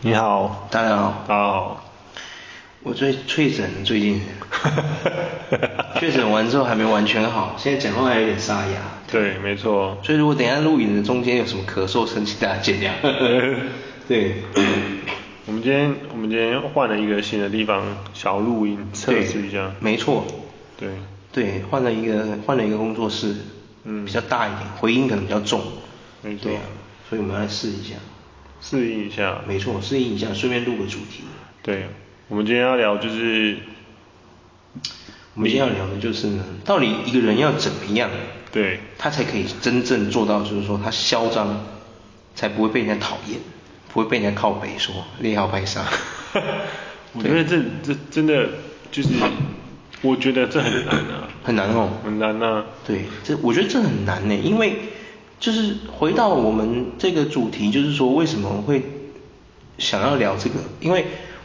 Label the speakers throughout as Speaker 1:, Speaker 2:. Speaker 1: 你好，
Speaker 2: 大家好，
Speaker 1: 大家好。
Speaker 2: 哦我最确诊 最近，确诊完之后还没完全好，现在讲话还有点沙哑。
Speaker 1: 对，没错。
Speaker 2: 所以如果等一下录影的中间有什么咳嗽声，请大家见谅。 对，
Speaker 1: 我们今天我们今天换了一个新的地方，小录音测
Speaker 2: 对
Speaker 1: 试一下。
Speaker 2: 没错，
Speaker 1: 对，
Speaker 2: 对，换了一个换了一个工作室，
Speaker 1: 嗯
Speaker 2: 比较大一点，回音可能比较重。
Speaker 1: 没错
Speaker 2: 对啊，所以我们来试一下。
Speaker 1: 适应一下。
Speaker 2: 没错，试应一下，顺便录个主题。
Speaker 1: 对，我们今天要聊就是，
Speaker 2: 我们今天要聊的就是呢，到底一个人要怎么样，
Speaker 1: 对，
Speaker 2: 他才可以真正做到，就是说他嚣张，才不会被人家讨厌，不会被人家靠北说你好白沙。
Speaker 1: 我觉得这这真的就是，我觉得这很难啊，
Speaker 2: 很难哦。
Speaker 1: 很难啊。
Speaker 2: 对，这我觉得这很难呢，因为就是回到我们这个主题，就是说为什么会想要聊这个？因为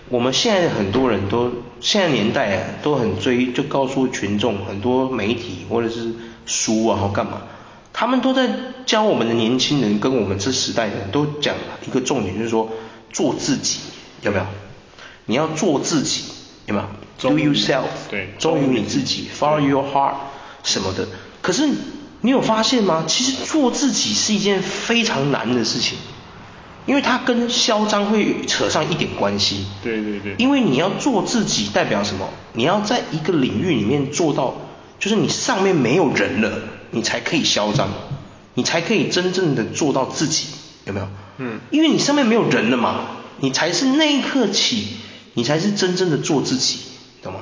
Speaker 2: 我们现在很多人都现在年代啊，都很追，就告诉群众很多媒体或者是书啊，或干嘛，他们都在教我们的年轻人跟我们这时代的人都讲一个重点，就是说做自己，有没有？你要做自己，有没有
Speaker 1: 忠
Speaker 2: ？Do
Speaker 1: 于
Speaker 2: yourself，
Speaker 1: 对
Speaker 2: 忠于你自己，follow your heart 什么的。可是你有发现吗？其实做自己是一件非常难的事情，因为它跟嚣张会扯上一点关系。
Speaker 1: 对对对
Speaker 2: 因为你要做自己，代表什么？你要在一个领域里面做到，就是你上面没有人了，你才可以嚣张，你才可以真正的做到自己，有没有？
Speaker 1: 嗯
Speaker 2: 因为你上面没有人了嘛，你才是那一刻起，你才是真正的做自己，懂吗？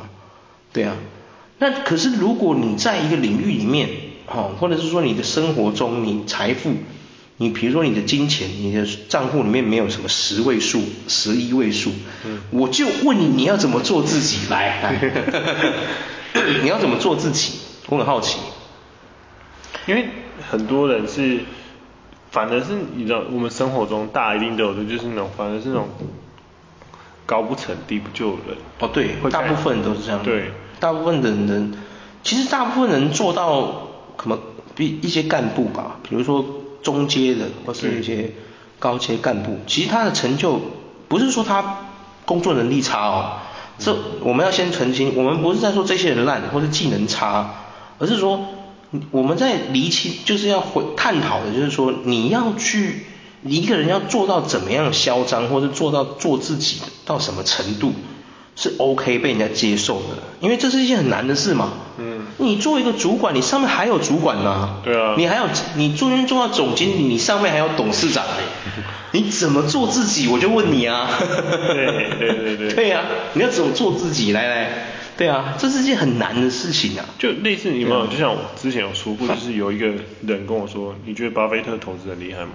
Speaker 2: 对啊，那可是如果你在一个领域里面，哦，或者是说你的生活中，你财富，你比如说你的金钱，你的账户里面没有什么十位数、十一位数，我就问你，你要怎么做自己？来， 来你要怎么做自己？我很好奇。
Speaker 1: 因为很多人是，反而是你知道，我们生活中大家一定都有的，就是那种反而是那种高不成低不就的人。
Speaker 2: 哦，对
Speaker 1: 会，
Speaker 2: 大
Speaker 1: 改
Speaker 2: 部分都是这样。
Speaker 1: 对，
Speaker 2: 大部分的人，其实大部分人做到可能比一些干部吧，比如说中阶的或是
Speaker 1: 对
Speaker 2: 一些高阶干部，其实他的成就不是说他工作能力差哦，这我们要先澄清，我们不是在说这些人烂或是技能差，而是说我们在厘清，就是要回探讨的，就是说你要去你一个人要做到怎么样嚣张，或是做到做自己到什么程度是 OK 被人家接受的，因为这是一件很难的事嘛。
Speaker 1: 嗯
Speaker 2: 你作为一个主管，你上面还有主管呢、
Speaker 1: 对啊
Speaker 2: 你还有你做人做到总经理，你上面还有董事长 呢，你怎么做自己？我就问你啊。
Speaker 1: 对对对对
Speaker 2: 对啊，你要怎么做自己？来来，对啊，这是件很难的事情啊。
Speaker 1: 就类似你有没有？就像我之前有说过，就是有一个人跟我说，你觉得巴菲特投资很厉害吗？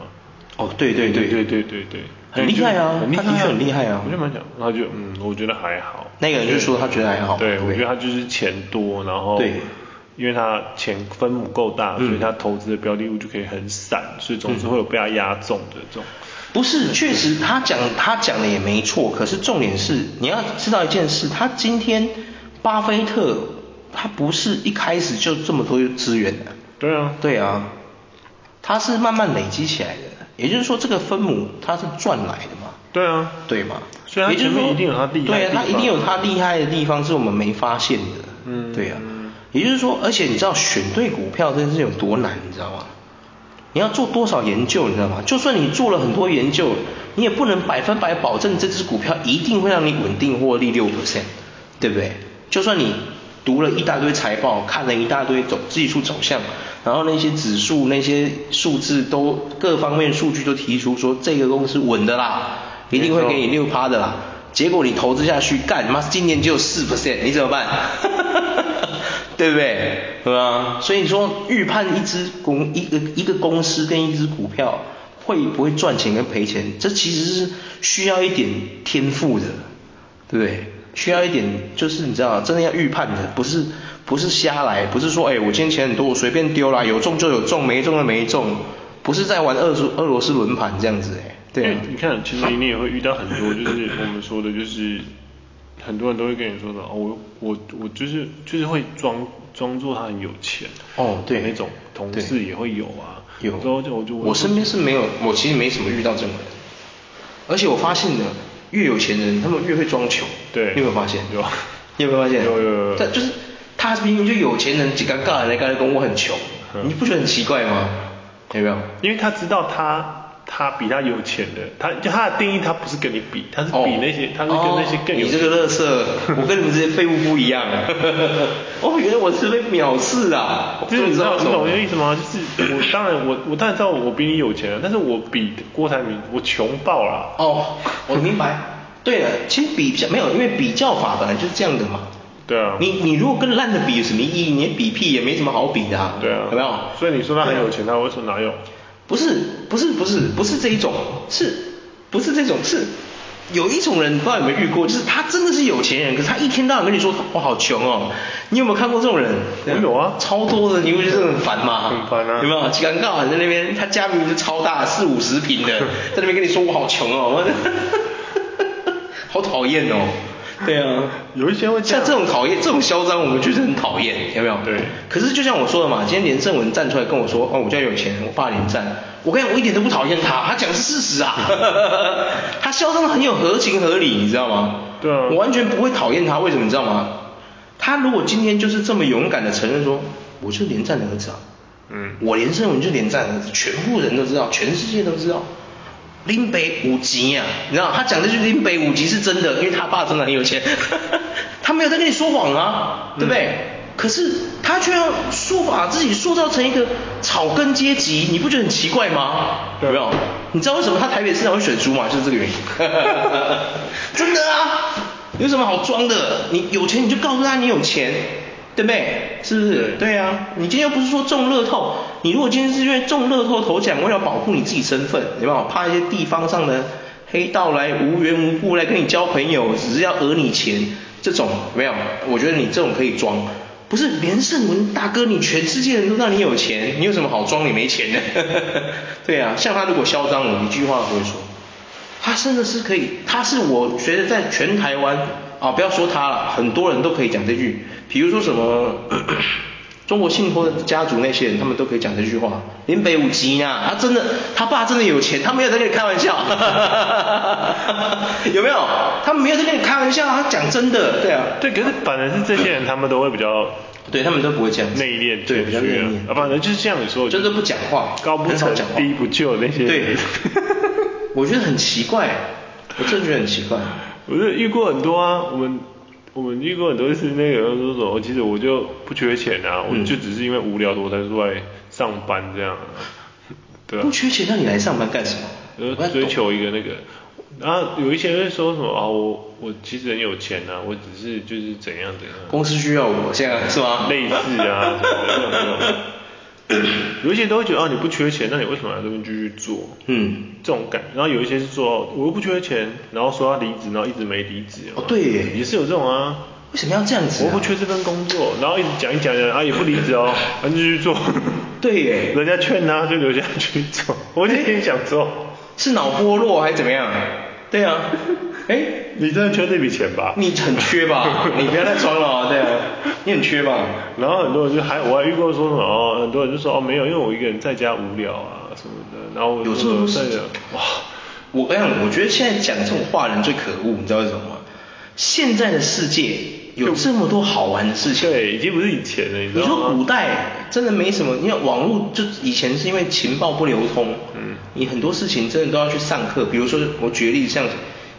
Speaker 2: 哦，对对对
Speaker 1: 对对对对，
Speaker 2: 很厉害啊
Speaker 1: 那你就
Speaker 2: 他的确很厉害啊
Speaker 1: 我就蛮想，然后就嗯，我觉得还好。
Speaker 2: 那个人就说他觉得还好
Speaker 1: 对，
Speaker 2: 对
Speaker 1: 我觉得他就是钱多，然后
Speaker 2: 对嗯
Speaker 1: 因为他钱分母够大，所以他投资的标的物就可以很散，所以总是会有被他压中的这种。
Speaker 2: 不是，确实他讲他讲的也没错，可是重点是你要知道一件事，他今天巴菲特他不是一开始就这么多资源的、
Speaker 1: 对啊，
Speaker 2: 对啊，他是慢慢累积起来的，也就是说这个分母他是赚来的嘛，
Speaker 1: 对啊，
Speaker 2: 对吗？
Speaker 1: 所以他
Speaker 2: 也就是
Speaker 1: 前面
Speaker 2: 说
Speaker 1: 一定有他厉害的
Speaker 2: 对啊，他
Speaker 1: 地
Speaker 2: 一
Speaker 1: 方
Speaker 2: 定有他厉害的地方是我们没发现的，
Speaker 1: 嗯
Speaker 2: 对啊，也就是说，而且你知道选对股票这件事有多难，你知道吗？你要做多少研究，你知道吗？就算你做了很多研究，你也不能百分百保证这只股票一定会让你稳定获利六 percent，对不对？就算你读了一大堆财报，看了一大堆走技术走向，然后那些指数、那些数字都各方面数据都提出说这个公司稳的啦，一定会给你六趴的啦。结果你投资下去，干妈今年只有四 percent，你怎么办？ 对不对？对吧？所以说预判一只公一个一个公司跟一只股票会不会赚钱跟赔钱，这其实是需要一点天赋的，对不对？需要一点就是你知道，真的要预判的，不是不是瞎来，不是说哎我今天钱很多，我随便丢啦，有中就有中，没中就没中，不是在玩俄罗俄罗斯轮盘这样子哎，
Speaker 1: 因
Speaker 2: 对
Speaker 1: 为
Speaker 2: 啊，
Speaker 1: 你看，其实你也会遇到很多，就是我们说的，就是很多人都会跟你说的，哦，我我我就是就是会装装作他很有钱。
Speaker 2: 哦对
Speaker 1: 那种同事
Speaker 2: 对
Speaker 1: 也会有啊。
Speaker 2: 有，
Speaker 1: 之后就我就
Speaker 2: 我身边是没有，我其实没什么遇到这种人，而且我发现呢，越有钱人他们越会装穷。
Speaker 1: 对
Speaker 2: 你有没有发现？
Speaker 1: 有
Speaker 2: 你有没有发现？
Speaker 1: 有有有有
Speaker 2: 但就是他明明就有钱人，几尴尬来跟他跟我很穷，
Speaker 1: 嗯
Speaker 2: 你不觉得很奇怪吗？有没有？
Speaker 1: 因为他知道他他比他有钱的，他就他的定义他不是跟你比，他是
Speaker 2: 哦
Speaker 1: 比那些、他是跟那些更有钱
Speaker 2: 哦你这个乐色，我跟你们这些废物不一样。啊 哦，原来我是被藐视啊！
Speaker 1: 就是你知道
Speaker 2: 我
Speaker 1: 你
Speaker 2: 终于
Speaker 1: 懂我的
Speaker 2: 为什么
Speaker 1: 意思吗？就是我当然我我当然知道我比你有钱了，但是我比郭台铭我穷爆了。
Speaker 2: 哦，我明白。对了，其实比较没有，因为比较法本来就是这样的嘛。
Speaker 1: 对啊，
Speaker 2: 你你如果跟烂的比有什么意义？你比屁也没什么好比的、啊。
Speaker 1: 对啊，
Speaker 2: 有没有？
Speaker 1: 所以你说他很有钱，他会说哪有？
Speaker 2: 不是不是不是不是这一种，是不是这种是有一种人，不知道有没有遇过，就是他真的是有钱人，可是他一天到晚跟你说我好穷哦。你有没有看过这种人？
Speaker 1: 我有啊
Speaker 2: 超多的，你不觉得这很烦吗？
Speaker 1: 很烦啊
Speaker 2: 有没有？几尴尬，在那边他家明明是超大，四五十 平的，在那边跟你说我好穷哦， 好讨厌哦。对啊，
Speaker 1: 有一些会这
Speaker 2: 像
Speaker 1: 样
Speaker 2: 这种讨厌、这种嚣张，我们觉得很讨厌，有没有？
Speaker 1: 对
Speaker 2: 可是就像我说的嘛，今天连胜文站出来跟我说，哦，我家有钱，我爸连战，我跟你讲，我一点都不讨厌他，他讲的是事实 啊，他嚣张的很有合情合理，你知道吗？
Speaker 1: 对啊
Speaker 2: 我完全不会讨厌他，为什么你知道吗？他如果今天就是这么勇敢的承认说，我是连战的儿子啊，
Speaker 1: 嗯
Speaker 2: 我连胜文就是连战的儿子，全部人都知道，全世界都知道。林北五级啊，你知道他讲这句林北五级是真的，因为他爸真的很有钱， 他没有在跟你说谎啊，对不对？可是他却要说把自己塑造成一个草根阶级，你不觉得很奇怪吗？有没有？你知道为什么他台北市长会选输吗？就是这个原因。真的啊，有什么好装的？你有钱你就告诉他你有钱，对不对？是不是？对啊，你今天又不是说中乐透，你如果今天是因为中乐透头奖，为了保护你自己身份，有没有？怕一些地方上的黑道来无缘无故来跟你交朋友，只是要讹你钱，这种有没有？我觉得你这种可以装。不是连胜文大哥，你全世界人都知道你有钱，你有什么好装你没钱的？ 对啊，像他如果嚣张，我一句话都不会说。他真的是可以，他是我觉得在全台湾啊，不要说他了，很多人都可以讲这句。比如说什么 中国信托的家族那些人，他们都可以讲这句话。林北五级啊，他真的，他爸真的有钱，他没有在跟你开玩笑， 有没有？他没有在跟你开玩笑，他讲真的，对啊，
Speaker 1: 对，可是反而是这些人，他们都会比较
Speaker 2: 对他们都不会这样子，
Speaker 1: 内敛，
Speaker 2: 对，比较内
Speaker 1: 谦虚
Speaker 2: 敛
Speaker 1: 啊，，反正就是像你说，
Speaker 2: 就是不讲话
Speaker 1: 高不
Speaker 2: 很少
Speaker 1: 成
Speaker 2: 讲话
Speaker 1: 低不就那些。
Speaker 2: 对， 我觉得很奇怪，我真的觉得很奇怪。
Speaker 1: 我就遇过很多啊，我们我们遇过很多次那个人说什么，其实我就不缺钱啊，我就只是因为无聊我才出来上班这 样啊，对啊
Speaker 2: 不，缺钱，那你来上班干什么？
Speaker 1: 就
Speaker 2: 我要
Speaker 1: 是追
Speaker 2: 懂
Speaker 1: 求一个那个，然后有一些人会说什么啊，我我其实很有钱啊，我只是就是怎样怎样，
Speaker 2: 公司需要我，现在是吗？
Speaker 1: 类似啊什么的这种这种，有一些都会觉得啊你不缺钱，那你为什么来这边继续做？
Speaker 2: 嗯，
Speaker 1: 这种感，然后有一些是说我又不缺钱，然后说要啊离职，然后一直没离职。有没有
Speaker 2: 哦对耶
Speaker 1: 也是有这种啊。
Speaker 2: 为什么要这样子、
Speaker 1: 我
Speaker 2: 啊？
Speaker 1: 又不缺这份工作，然后一直讲一讲讲啊也不离职哦，啊继续做。
Speaker 2: 对耶
Speaker 1: 人家劝他就留下去做，我就心里想说，
Speaker 2: 是脑波弱还是怎么样？对啊， 哎、
Speaker 1: 你真的缺这笔钱吧？
Speaker 2: 你很缺吧？ 你不要再装了、啊，对啊，你很缺吧？
Speaker 1: 然后很多人就还我还遇过说什么哦，很多人就说哦没有，因为我一个人在家无聊啊什么的，然后我
Speaker 2: 有这种
Speaker 1: 我
Speaker 2: 事
Speaker 1: 在家哇，
Speaker 2: 我跟你讲，我觉得现在讲这种话的人最可恶，你知道为什么吗？现在的世界有这么多好玩的事情，
Speaker 1: 对，已经不是以前了，你知
Speaker 2: 你
Speaker 1: 道
Speaker 2: 说古
Speaker 1: 吗？
Speaker 2: 代真的没什么，因为网络就以前是因为情报不流通，
Speaker 1: 嗯
Speaker 2: 你很多事情真的都要去上课。比如说，我举个例子，像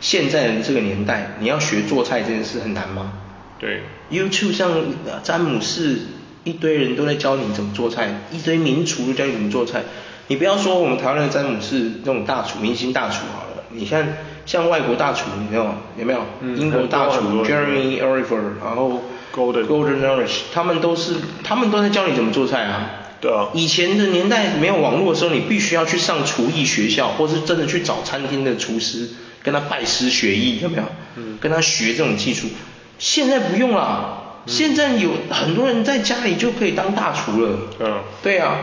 Speaker 2: 现在的这个年代，你要学做菜这件事很难吗
Speaker 1: 对，
Speaker 2: ？YouTube 上呃詹姆士一堆人都在教你怎么做菜，一堆名厨都教你怎么做菜。你不要说我们台湾的詹姆士那种大厨、明星大厨好了，你像像外国大厨，有没有？有没有？
Speaker 1: 嗯
Speaker 2: 英国大
Speaker 1: 很
Speaker 2: 厨
Speaker 1: 多很多
Speaker 2: Jeremy Oliver，然后
Speaker 1: Golden
Speaker 2: Golden Nourish，他们都是他们都在教你怎么做菜啊。
Speaker 1: 对啊
Speaker 2: 以前的年代没有网络的时候，你必须要去上厨艺学校，或是真的去找餐厅的厨师，跟他拜师学艺，有没有？
Speaker 1: 嗯
Speaker 2: 跟他学这种技术。现在不用啦，现在有很多人在家里就可以当大厨了。
Speaker 1: 嗯
Speaker 2: 对啊，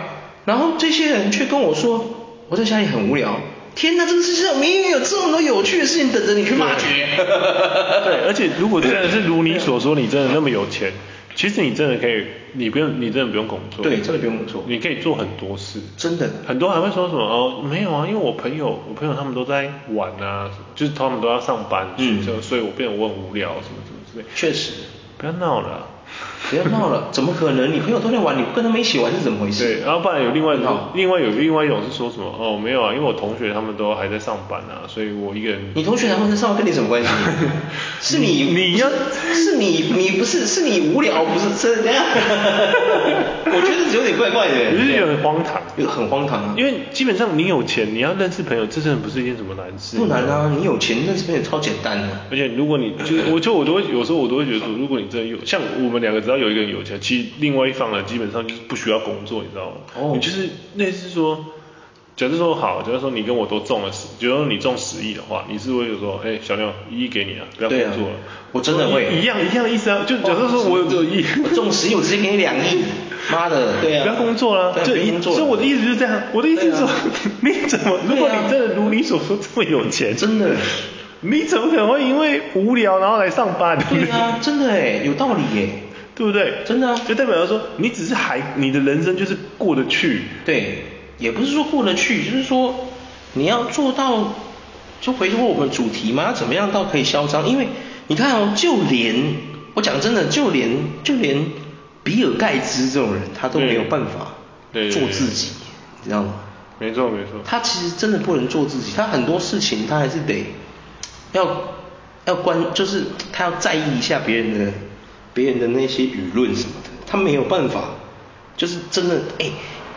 Speaker 2: 然后这些人却跟我说，我在家里很无聊。天哪，这个世界上明明有这么多有趣的事情等着你去发掘。
Speaker 1: 对，而且如果真的是如你所说，你真的那么有钱，其实你真的可以，你不用，你真的不用工作，
Speaker 2: 对，真的不用做，
Speaker 1: 你可以做很多事，
Speaker 2: 真的
Speaker 1: 很多还会说什么哦，没有啊，因为我朋友，我朋友他们都在玩啊，就是他们都要上班，
Speaker 2: 嗯
Speaker 1: 所以所以我变得我很无聊，什么什么之类，
Speaker 2: 确实。
Speaker 1: 不要闹了啊、
Speaker 2: 不要闹了，怎么可能？你朋友都在玩，你不跟他们一起玩是怎么回事？
Speaker 1: 对，然后不然有另外一种
Speaker 2: 闹，
Speaker 1: 另外有另外一种是说什么哦，没有啊，因为我同学他们都还在上班啊，所以我一个人
Speaker 2: 你同学他们在上班跟你什么 关系？是你
Speaker 1: 你要
Speaker 2: 是你你不是是你无聊不是这样？ 我觉得有点怪怪的，
Speaker 1: 可是有点荒唐，
Speaker 2: 有很荒唐啊，
Speaker 1: 因为基本上你有钱，你要认识朋友，这真的不是一件什么难事。
Speaker 2: 不难啊，你有钱认识朋友超简单 啊的、
Speaker 1: 而且如果你就是，我就我都会有时候我都会觉得说，如果你真的有像我们两个，只要有一个人有钱，其实另外一方呢，基本上就是不需要工作，你知道吗？
Speaker 2: 哦
Speaker 1: 你就是类似说，假设说好，假设说你跟我都中了十，假如你中十亿的话，你是会有说，哎、小廖一亿给你啊，不要工
Speaker 2: 对啊
Speaker 1: 作了。
Speaker 2: 我真的会哦
Speaker 1: 一一样一样的意思啊，就假设说我有只有一亿。
Speaker 2: 我中十亿，我直接给你两亿，妈的，对啊，
Speaker 1: 不要工作啦、
Speaker 2: 对啊
Speaker 1: 就
Speaker 2: 不要工作了
Speaker 1: 所以我的意思就是这样，我的意思是说，
Speaker 2: 对啊 啊
Speaker 1: 你怎么？如果
Speaker 2: 对啊
Speaker 1: 你真的如你所说这么有钱，
Speaker 2: 真的，
Speaker 1: 你怎么可能会因为无聊然后来上班？
Speaker 2: 对啊，真的哎，有道理哎，
Speaker 1: 对不对？
Speaker 2: 真的啊
Speaker 1: 就代表说你只是还你的人生就是过得去，
Speaker 2: 对，也不是说过得去，就是说你要做到，就回过我们主题嘛，要怎么样到可以嚣张？因为你看哦，就连我讲真的，就连就连比尔盖茨这种人，他都没有办法
Speaker 1: 对对对
Speaker 2: 做自己，你知道吗？
Speaker 1: 没错没错。
Speaker 2: 他其实真的不能做自己，他很多事情他还是得要要关，就是他要在意一下别人的别人的那些舆论什么的，他没有办法，就是真的哎。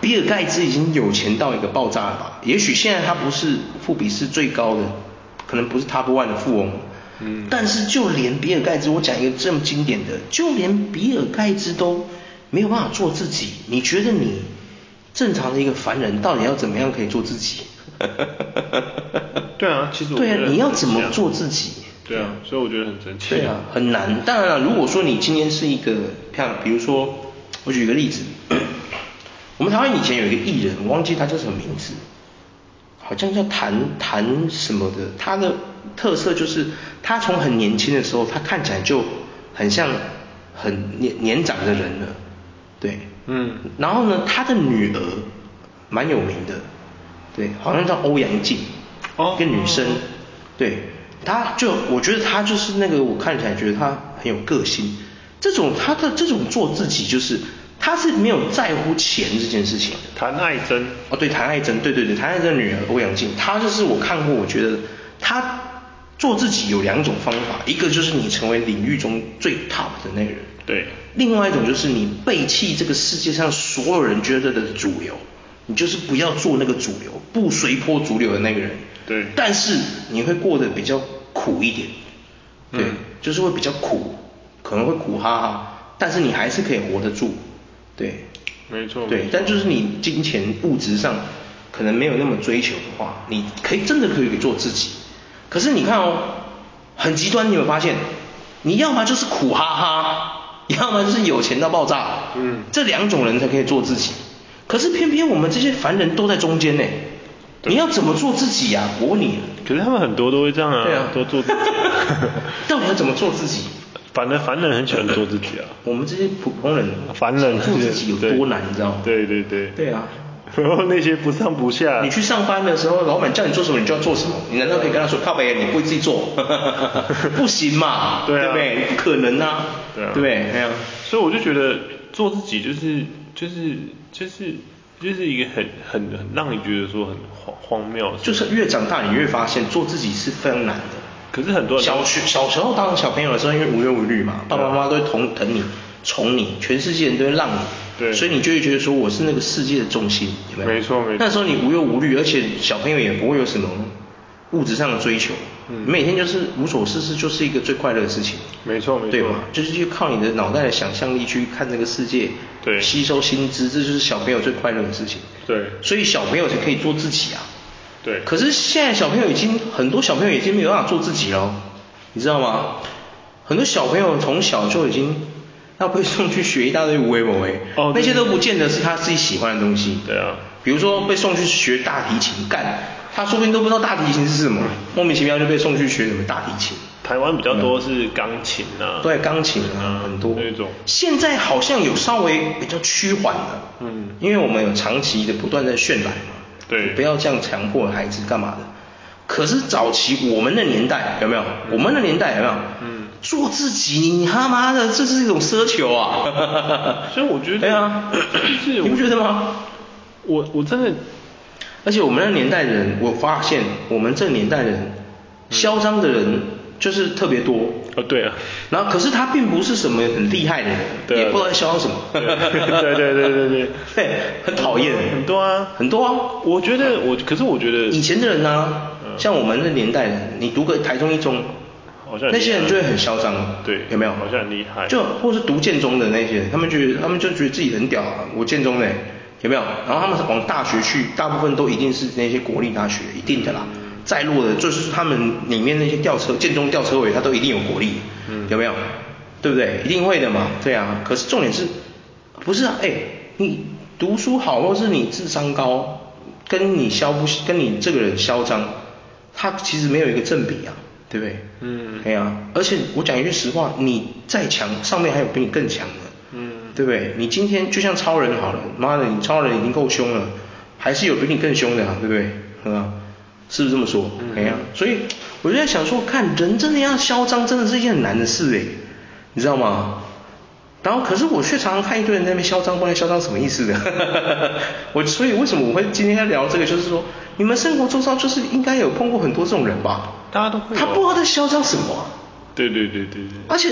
Speaker 2: 比尔盖茨已经有钱到一个爆炸了吧？也许现在他不是富比是最高的，可能不是 top one 的富翁，
Speaker 1: 嗯
Speaker 2: 但是就连比尔盖茨，我讲一个这么经典的，就连比尔盖茨都没有办法做自己，你觉得你正常的一个凡人到底要怎么样可以做自己？
Speaker 1: 对啊，其实我
Speaker 2: 对
Speaker 1: 觉
Speaker 2: 啊
Speaker 1: 得，
Speaker 2: 你要怎
Speaker 1: 是这
Speaker 2: 么
Speaker 1: 样
Speaker 2: 做自己？
Speaker 1: 对啊，所以我觉得很神奇。
Speaker 2: 对啊，很难。当然了，如果说你今天是一个像，比如说，我举一个例子， 我们台湾以前有一个艺人，我忘记他叫什么名字，好像叫谭谭什么的。他的特色就是他从很年轻的时候，他看起来就很像很年年长的人了，对。
Speaker 1: 嗯
Speaker 2: 然后呢，他的女儿蛮有名的，对，好像叫欧阳靖，
Speaker 1: 哦
Speaker 2: 一个女生，对，她就我觉得她就是那个我看起来觉得她很有个性，这种她的这种做自己就是她是没有在乎钱这件事情的，
Speaker 1: 谈爱真，
Speaker 2: 哦，对，谭爱珍，对对对，谭爱珍的女儿欧阳靖，她就是我看过，我觉得她做自己有两种方法，一个就是你成为领域中最 top 的那个人，
Speaker 1: 对
Speaker 2: 另外一种就是你背弃这个世界上所有人觉得的主流，你就是不要做那个主流，不随波逐流的那个人。
Speaker 1: 对
Speaker 2: 但是你会过得比较苦一点，对，
Speaker 1: 嗯
Speaker 2: 就是会比较苦，可能会苦哈哈，但是你还是可以活得住，对，
Speaker 1: 没错没
Speaker 2: 对
Speaker 1: 错，
Speaker 2: 但就是你金钱物质上可能没有那么追求的话，你可以真的可以做自己。可是你看哦，很极端，你有没有发现？你要么就是苦哈哈， 要么就是有钱到爆炸，
Speaker 1: 嗯
Speaker 2: 这两种人才可以做自己。可是偏偏我们这些凡人都在中间呢，你要怎么做自己呀、我问你，啊
Speaker 1: 可是他们很多都会这样啊，
Speaker 2: 对啊，
Speaker 1: 都做自己。
Speaker 2: 到底要怎么做自己？
Speaker 1: 反正凡人很喜欢做自己啊，
Speaker 2: 我们这些普通人，
Speaker 1: 凡人
Speaker 2: 做自己有多难，你知道吗？
Speaker 1: 对对对。
Speaker 2: 对啊，
Speaker 1: 然后那些不上不下，
Speaker 2: 你去上班的时候，老板叫你做什么，你就要做什么。你难道可以跟他说靠北，你不会自 己做？不行嘛，
Speaker 1: 对啊
Speaker 2: 不对？不可能啊，
Speaker 1: 对啊
Speaker 2: 对不对？对啊，
Speaker 1: 所以我就觉得做自己就是就是就是就是一个很很很让你觉得说很荒荒谬的事，
Speaker 2: 就是越长大，你越发现做自己是非常难的。
Speaker 1: 可是很多人都
Speaker 2: 小学小时候当小朋友的时候，因为无忧无虑嘛，
Speaker 1: 啊
Speaker 2: 爸爸妈妈都会疼疼你、宠你，全世界人都会让你，
Speaker 1: 对
Speaker 2: 所以你就会觉得说我是那个世界的中心，有没有？
Speaker 1: 没错没错
Speaker 2: 那时候你无忧无虑，而且小朋友也不会有什么物质上的追求，
Speaker 1: 嗯
Speaker 2: 你每天就是无所事事，就是一个最快乐的事情。
Speaker 1: 没错没错，
Speaker 2: 对嘛？就是去靠你的脑袋的想象力去看这个世界，
Speaker 1: 对
Speaker 2: 吸收新知，这就是小朋友最快乐的事情。
Speaker 1: 对
Speaker 2: 所以小朋友才可以做自己啊。
Speaker 1: 对
Speaker 2: 可是现在小朋友已经很多小朋友已经没有办法做自己了，你知道吗？很多小朋友从小就已经要被送去学一大堆无为某为，
Speaker 1: 哦对
Speaker 2: 那些都不见得是他自己喜欢的东西。
Speaker 1: 对啊
Speaker 2: 比如说被送去学大提琴，干，他说不定都不知道大提琴是什么，莫名其妙就被送去学什么大提琴。
Speaker 1: 台湾比较多是钢琴啊，
Speaker 2: 对钢琴啊，很多
Speaker 1: 那种
Speaker 2: 现在好像有稍微比较趋缓了，
Speaker 1: 嗯
Speaker 2: 因为我们有长期的不断在渲染嘛，
Speaker 1: 对
Speaker 2: 不要这样强迫孩子干嘛的。可是早期我们的年代有没有？我们的年代有没有？
Speaker 1: 嗯
Speaker 2: 做自己，你他妈的这是一种奢求啊！
Speaker 1: 所以我觉得，
Speaker 2: 对啊
Speaker 1: 就是我
Speaker 2: 你不觉得吗？
Speaker 1: 我我真的
Speaker 2: 而且我们那年代的人，我发现我们这年代的人，
Speaker 1: 嗯
Speaker 2: 嚣张的人就是特别多。
Speaker 1: 哦对啊，
Speaker 2: 然后，可是他并不是什么很厉害的人，
Speaker 1: 对啊
Speaker 2: 也不知道在嚣张什么。
Speaker 1: 对对对对对对
Speaker 2: 对，很讨厌。
Speaker 1: 很多啊
Speaker 2: 很多啊。
Speaker 1: 我觉得我可是我觉得
Speaker 2: 以前的人呢、啊
Speaker 1: 嗯
Speaker 2: 像我们那年代人，你读个台中一中，
Speaker 1: 好像很厉害
Speaker 2: 那些人就会很嚣张，
Speaker 1: 对
Speaker 2: 有没有？
Speaker 1: 好像很厉害
Speaker 2: 就或是读建中的那些人，他们觉得他们就觉得自己很屌啊，我建中的，有没有？然后他们往大学去，大部分都一定是那些国立大学，一定的啦。再弱的，就是他们里面那些吊车，建中吊车尾，他都一定有国力，
Speaker 1: 嗯
Speaker 2: 有没有？对不对？一定会的嘛，对啊。可是重点是，不是啊？哎，你读书好，或是你智商高，跟你嚣不跟你这个人嚣张，他其实没有一个正比啊，对不对？
Speaker 1: 嗯
Speaker 2: 对啊。而且我讲一句实话，你再强，上面还有比你更强的，
Speaker 1: 嗯
Speaker 2: 对不对？你今天就像超人好了，妈的，你超人已经够凶了，还是有比你更凶的、啊，对不对？对吧？是不是这么说？
Speaker 1: 嗯
Speaker 2: 哎呀、所以我就在想说，看人真的要嚣张，真的是一件很难的事哎，你知道吗？然后，可是我却常常看一堆人在那边嚣张，不然嚣张什么意思的？ 我所以为什么我会今天要聊这个，就是说你们生活周遭就是应该有碰过很多这种人吧？
Speaker 1: 大家都会有
Speaker 2: 他不知道在嚣张什么啊、
Speaker 1: 对对对对 对
Speaker 2: 而且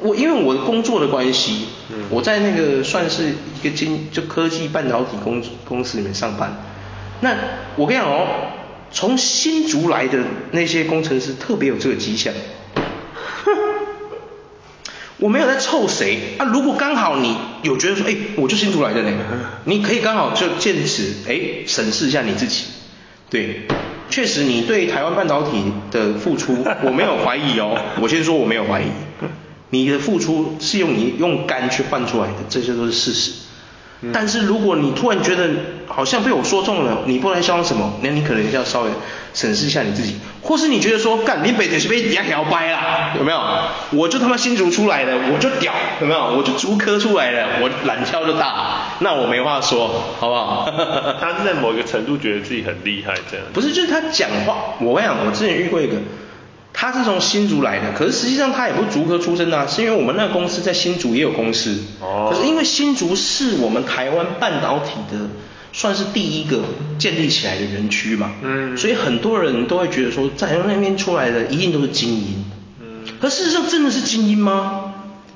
Speaker 2: 我因为我的工作的关系，
Speaker 1: 嗯
Speaker 2: 我在那个算是一个经就科技半导体公公司里面上班。那我跟你讲哦，从新竹来的那些工程师特别有这个迹象。我没有在臭谁啊！如果刚好你有觉得说，哎、我就新竹来的呢，你可以刚好就借此哎审视一下你自己。对，确实你对台湾半导体的付出，我没有怀疑哦，我先说我没有怀疑，你的付出是用你用肝去换出来的，这些都是事实。但是如果你突然觉得好像被我说中了，你不能嚣张什么，那你可能要稍微审视一下你自己，或是你觉得说，干林北就是被人家摇掰啦，有没有？我就他妈新竹出来的，我就屌，有没有？我就竹科出来的，我懒觉就大，那我没话说，好不好？
Speaker 1: 他是在某一个程度觉得自己很厉害这样，
Speaker 2: 不是，就是他讲话，我跟你讲，我之前遇过一个，他是从新竹来的，可是实际上他也不是竹科出身啊，是因为我们那个公司在新竹也有公司，
Speaker 1: 哦
Speaker 2: 可是因为新竹是我们台湾半导体的算是第一个建立起来的园区嘛，
Speaker 1: 嗯
Speaker 2: 所以很多人都会觉得说，在那边出来的一定都是精英，
Speaker 1: 嗯
Speaker 2: 可事实上真的是精英吗？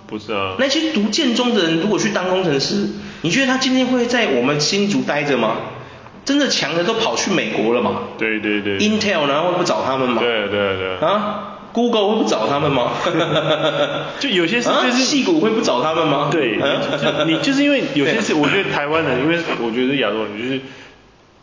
Speaker 1: 不是啊，
Speaker 2: 那些读建中的人，如果去当工程师，你觉得他今天会在我们新竹待着吗？真的强的都跑去美国了嘛？
Speaker 1: 对对对
Speaker 2: Intel 然后会不找他们吗？
Speaker 1: 对对对
Speaker 2: 啊，Google 会不找他们吗？
Speaker 1: 就有些事
Speaker 2: 啊
Speaker 1: 就是
Speaker 2: 戏骨会不找他们吗？
Speaker 1: 对，你
Speaker 2: 啊
Speaker 1: 就你就是因为有些事，
Speaker 2: 对
Speaker 1: 我觉得台湾人，因为我觉得亚洲人就是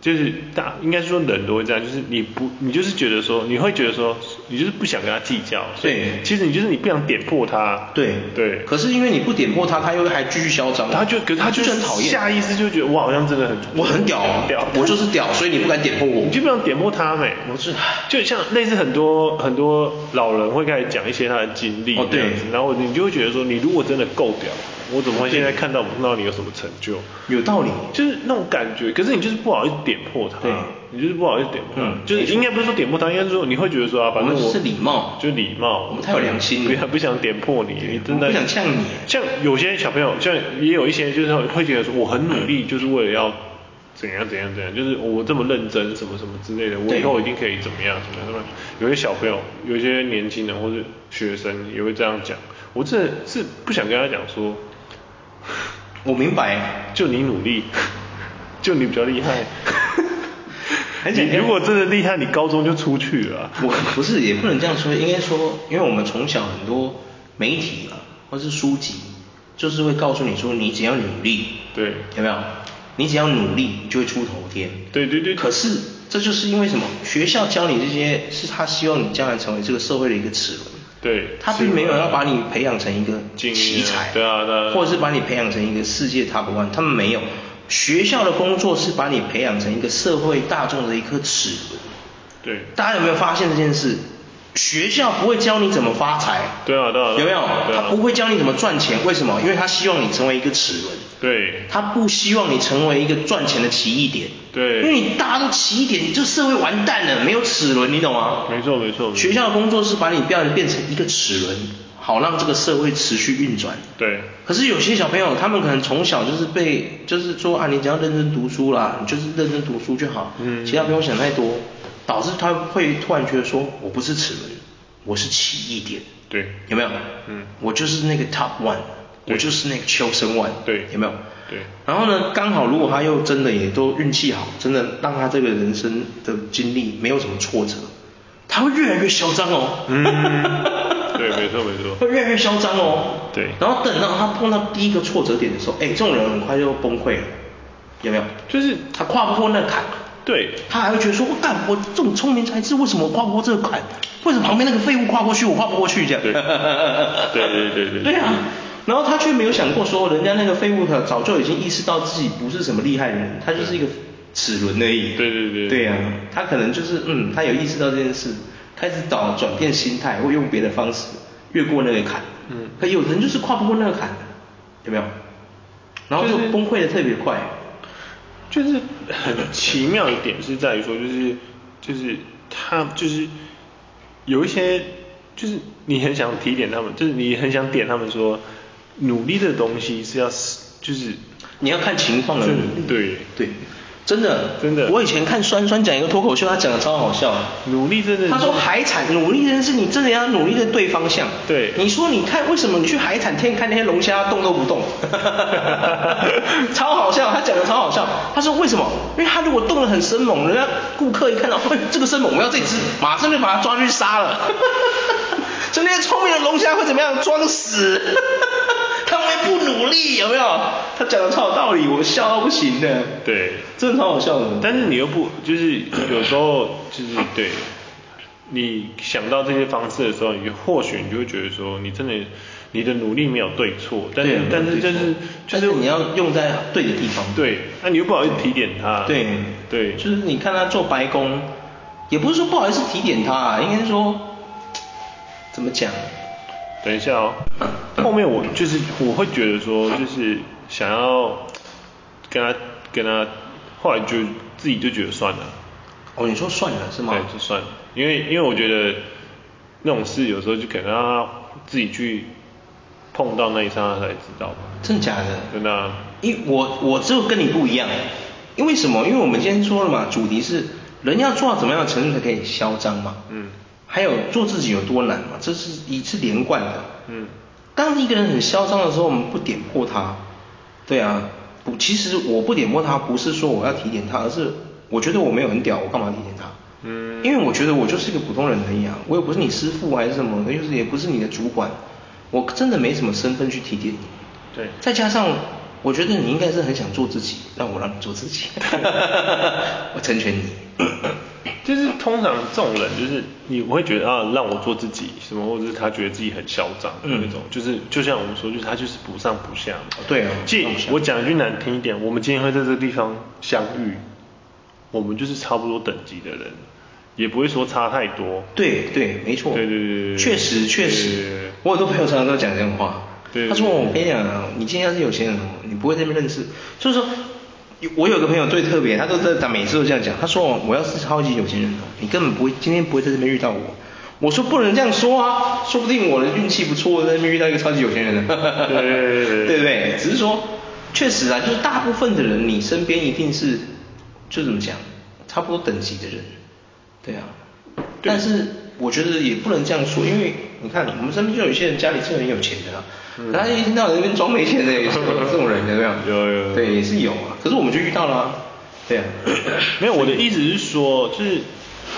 Speaker 1: 就是大，应该是说人都会这样，就是你不你就是觉得说，你会觉得说，你就是不想跟他计较，所以
Speaker 2: 对
Speaker 1: 其实你就是你不想点破他，
Speaker 2: 对
Speaker 1: 对，
Speaker 2: 可是因为你不点破他，他又还继续嚣张，
Speaker 1: 他就可是他就
Speaker 2: 就
Speaker 1: 是
Speaker 2: 很讨厌。
Speaker 1: 下意识就觉得我好像真的很
Speaker 2: 我很屌啊，
Speaker 1: 屌，
Speaker 2: 我就是屌，所以你不敢点破我
Speaker 1: 你。 就不想点破他没，
Speaker 2: 我是
Speaker 1: 就像类似很多很多老人会开始讲一些他的经历
Speaker 2: 哦
Speaker 1: 这
Speaker 2: 对
Speaker 1: 样子，然后你就会觉得说，你如果真的够屌，我怎么会现在看到我碰到你有什么成就？
Speaker 2: 有道理，
Speaker 1: 就是那种感觉，可是你就是不好意思点破他
Speaker 2: 对，
Speaker 1: 你就是不好意思点破他，
Speaker 2: 嗯
Speaker 1: 就是应该不是说点破他，应该是说你会觉得说啊，反正
Speaker 2: 我
Speaker 1: 我
Speaker 2: 们是礼貌
Speaker 1: 就礼貌，
Speaker 2: 我们太有良心了
Speaker 1: 不想不想点破你，你真的
Speaker 2: 我不想呛你
Speaker 1: 像有些小朋友，像也有一些就是会觉得说我很努力，就是为了要怎样怎样怎样，就是我这么认真什么什么之类的，我
Speaker 2: 对
Speaker 1: 以后一定可以怎么样怎么样怎么样。有些小朋友，有些年轻人或者学生也会这样讲，我真的是不想跟他讲说，
Speaker 2: 我明白。
Speaker 1: 就你努力， 就你比较厉 害。
Speaker 2: 很简
Speaker 1: 你
Speaker 2: 单
Speaker 1: 如果真的厉害，你高中就出去了啊、
Speaker 2: 我不是也不能这样说，应该说，因为我们从小很多媒体啊，或是书籍，就是会告诉你说，你只要努力，
Speaker 1: 对
Speaker 2: 有没有？你只要努力，你就会出头天。
Speaker 1: 对对对
Speaker 2: 可是这就是因为什么？学校教你这些，是他希望你将来成为这个社会的一个齿轮。
Speaker 1: 对，
Speaker 2: 他并没有要把你培养成一个
Speaker 1: 精英啊
Speaker 2: 奇才，
Speaker 1: 对啊对啊
Speaker 2: 或者是把你培养成一个世界 top one，他们没有。学校的工作是把你培养成一个社会大众的一颗齿轮。
Speaker 1: 对
Speaker 2: 大家有没有发现这件事？学校不会教你怎么发财，
Speaker 1: 对啊对啊对啊
Speaker 2: 有没有？
Speaker 1: 对啊
Speaker 2: 他不会教你怎么赚钱，为什么？因为他希望你成为一个齿轮，
Speaker 1: 对
Speaker 2: 他不希望你成为一个赚钱的奇异点，
Speaker 1: 对
Speaker 2: 因为你大家都奇异点，你这社会完蛋了，没有齿轮，你懂吗？
Speaker 1: 没错没错，没错
Speaker 2: 学校的工作是把你变变成一个齿轮，好让这个社会持续运转。
Speaker 1: 对
Speaker 2: 可是有些小朋友，他们可能从小就是被，就是说啊，你只要认真读书啦，你就是认真读书就好，
Speaker 1: 嗯
Speaker 2: 其他不用想太多，导致他会突然觉得说，我不是齿轮，我是奇异点，
Speaker 1: 对
Speaker 2: 有没有？
Speaker 1: 嗯
Speaker 2: 我就是那个 top one，我
Speaker 1: 对
Speaker 2: 就是那个秋生 one，
Speaker 1: 对
Speaker 2: 有没有？
Speaker 1: 对
Speaker 2: 然后呢，刚好如果他又真的也都运气好，真的让他这个人生的经历没有什么挫折，他会越来越嚣张哦。
Speaker 1: 嗯 对没错没错
Speaker 2: 会越来越嚣张哦。
Speaker 1: 对
Speaker 2: 然后等到他碰到第一个挫折点的时候，哎，这种人很快就崩溃了，有没有？
Speaker 1: 就是
Speaker 2: 他跨不过那坎，
Speaker 1: 对
Speaker 2: 他还会觉得说，我干，我这种聪明才智，为什么我跨不过这个坎？为什么旁边那个废物跨过去，我跨不过去这样？
Speaker 1: 对对对对对
Speaker 2: 对啊。然后他却没有想过说，人家那个废物他早就已经意识到自己不是什么厉害人，他就是一个齿轮而已。
Speaker 1: 对对对
Speaker 2: 对呀、他可能就是嗯，他有意识到这件事，开始导转变心态，或用别的方式越过那个坎。
Speaker 1: 嗯
Speaker 2: 可有人就是跨不过那个坎，有没有？然后就
Speaker 1: 就是
Speaker 2: 崩溃的特别快。
Speaker 1: 就是很奇妙的点是在于说，就是就是他就是有一些，就是你很想提点他们，就是你很想点他们说，努力的东西是要就是
Speaker 2: 你要看情况而已。
Speaker 1: 对
Speaker 2: 对，真的
Speaker 1: 真的
Speaker 2: 我以前看酸酸讲一个脱口秀，他讲的超好笑。
Speaker 1: 努力真的是
Speaker 2: 他说海产努力这件事，你真的要努力在对方向。
Speaker 1: 对
Speaker 2: 你说你看为什么你去海产店看那些龙虾动都不 动，超好笑，他讲的超好笑。他说为什么？因为他如果动得很生猛，人家顾客一看到， 哎，这个生猛，我要这只，马上就把它抓去杀 了。所以那些聪明的龙虾会怎么样？装死。 他们会不努力，有没有？他讲的超有道理，我笑到不行的。
Speaker 1: 对
Speaker 2: 真的超好笑的。
Speaker 1: 但是你又不，就是有时候就是对，你想到这些方式的时候，你或许你就会觉得说，你真的你的努力没有对错，但
Speaker 2: 对
Speaker 1: 是
Speaker 2: 啊
Speaker 1: 但是
Speaker 2: 对
Speaker 1: 就是就
Speaker 2: 但
Speaker 1: 是
Speaker 2: 是你要用在对的地方。
Speaker 1: 对，那你又不好意思提点他，
Speaker 2: 对
Speaker 1: 对，
Speaker 2: 就是你看他做白工，也不是说不好意思提点他、啊，应该是说怎么讲？
Speaker 1: 等一下哦，后面我就是我会觉得说，就是想要跟他跟他，后来就自己就觉得算了，
Speaker 2: 哦，你说算了是吗？
Speaker 1: 对，就算了，因为因为我觉得那种事有时候就可能让他自己去碰到那一刹那才知道吧，
Speaker 2: 真假的？
Speaker 1: 真的啊、
Speaker 2: 因我我就跟你不一样，因为什么？因为我们今天说了嘛，主题是人要做到怎么样的程度才可以嚣张嘛。
Speaker 1: 嗯。
Speaker 2: 还有做自己有多难嘛，这是一是连贯的。
Speaker 1: 嗯。
Speaker 2: 当一个人很嚣张的时候，我们不点破他，对啊，不，其实我不点破他，不是说我要提点他，而是我觉得我没有很屌，我干嘛提点他？
Speaker 1: 嗯
Speaker 2: 因为我觉得我就是一个普通人而已啊，我又不是你师傅还是什么，就是也不是你的主管，我真的没什么身份去提点你。
Speaker 1: 对
Speaker 2: 再加上我觉得你应该是很想做自己，那我让你做自己， 我成全你。
Speaker 1: 就是通常这种人，就是你会觉得啊，让我做自己什么，或者是他觉得自己很嚣张的
Speaker 2: 嗯
Speaker 1: 那种，就是就像我们说，就是他就是不上不下嘛。
Speaker 2: 对啊
Speaker 1: 即
Speaker 2: 上不下
Speaker 1: 我讲一句难听一点，我们今天会在这个地方相遇，我们就是差不多等级的人，也不会说差太多。
Speaker 2: 对对，没错。
Speaker 1: 对对对对对
Speaker 2: 确实
Speaker 1: 对
Speaker 2: 确
Speaker 1: 对对
Speaker 2: 实
Speaker 1: 对，
Speaker 2: 我很多朋友常常都讲这种话。
Speaker 1: 对对对
Speaker 2: 他说我跟你讲啊，你今天要是有钱人哦，你不会在那边认识。所以说，有我有个朋友最特别，他都在他每次都这样讲。他说哦我要是超级有钱人哦，你根本不会今天不会在这边遇到我。我说不能这样说啊，说不定我的运气不错，在那边遇到一个超级有钱人。
Speaker 1: 对对对对
Speaker 2: 对不对？只是说，确实啊，就是大部分的人，你身边一定是，就怎么讲，差不多等级的人，对啊。
Speaker 1: 对
Speaker 2: 但是我觉得也不能这样说，因为你看我们身边就有一些人家里是很有钱的啊，
Speaker 1: 嗯
Speaker 2: 然后一天到晚在那边装没钱的，也是有这种人，有没有？
Speaker 1: 有有有
Speaker 2: 对，也是有啊。可是我们就遇到了、啊， 对啊。
Speaker 1: 没有，我的意思是说，就是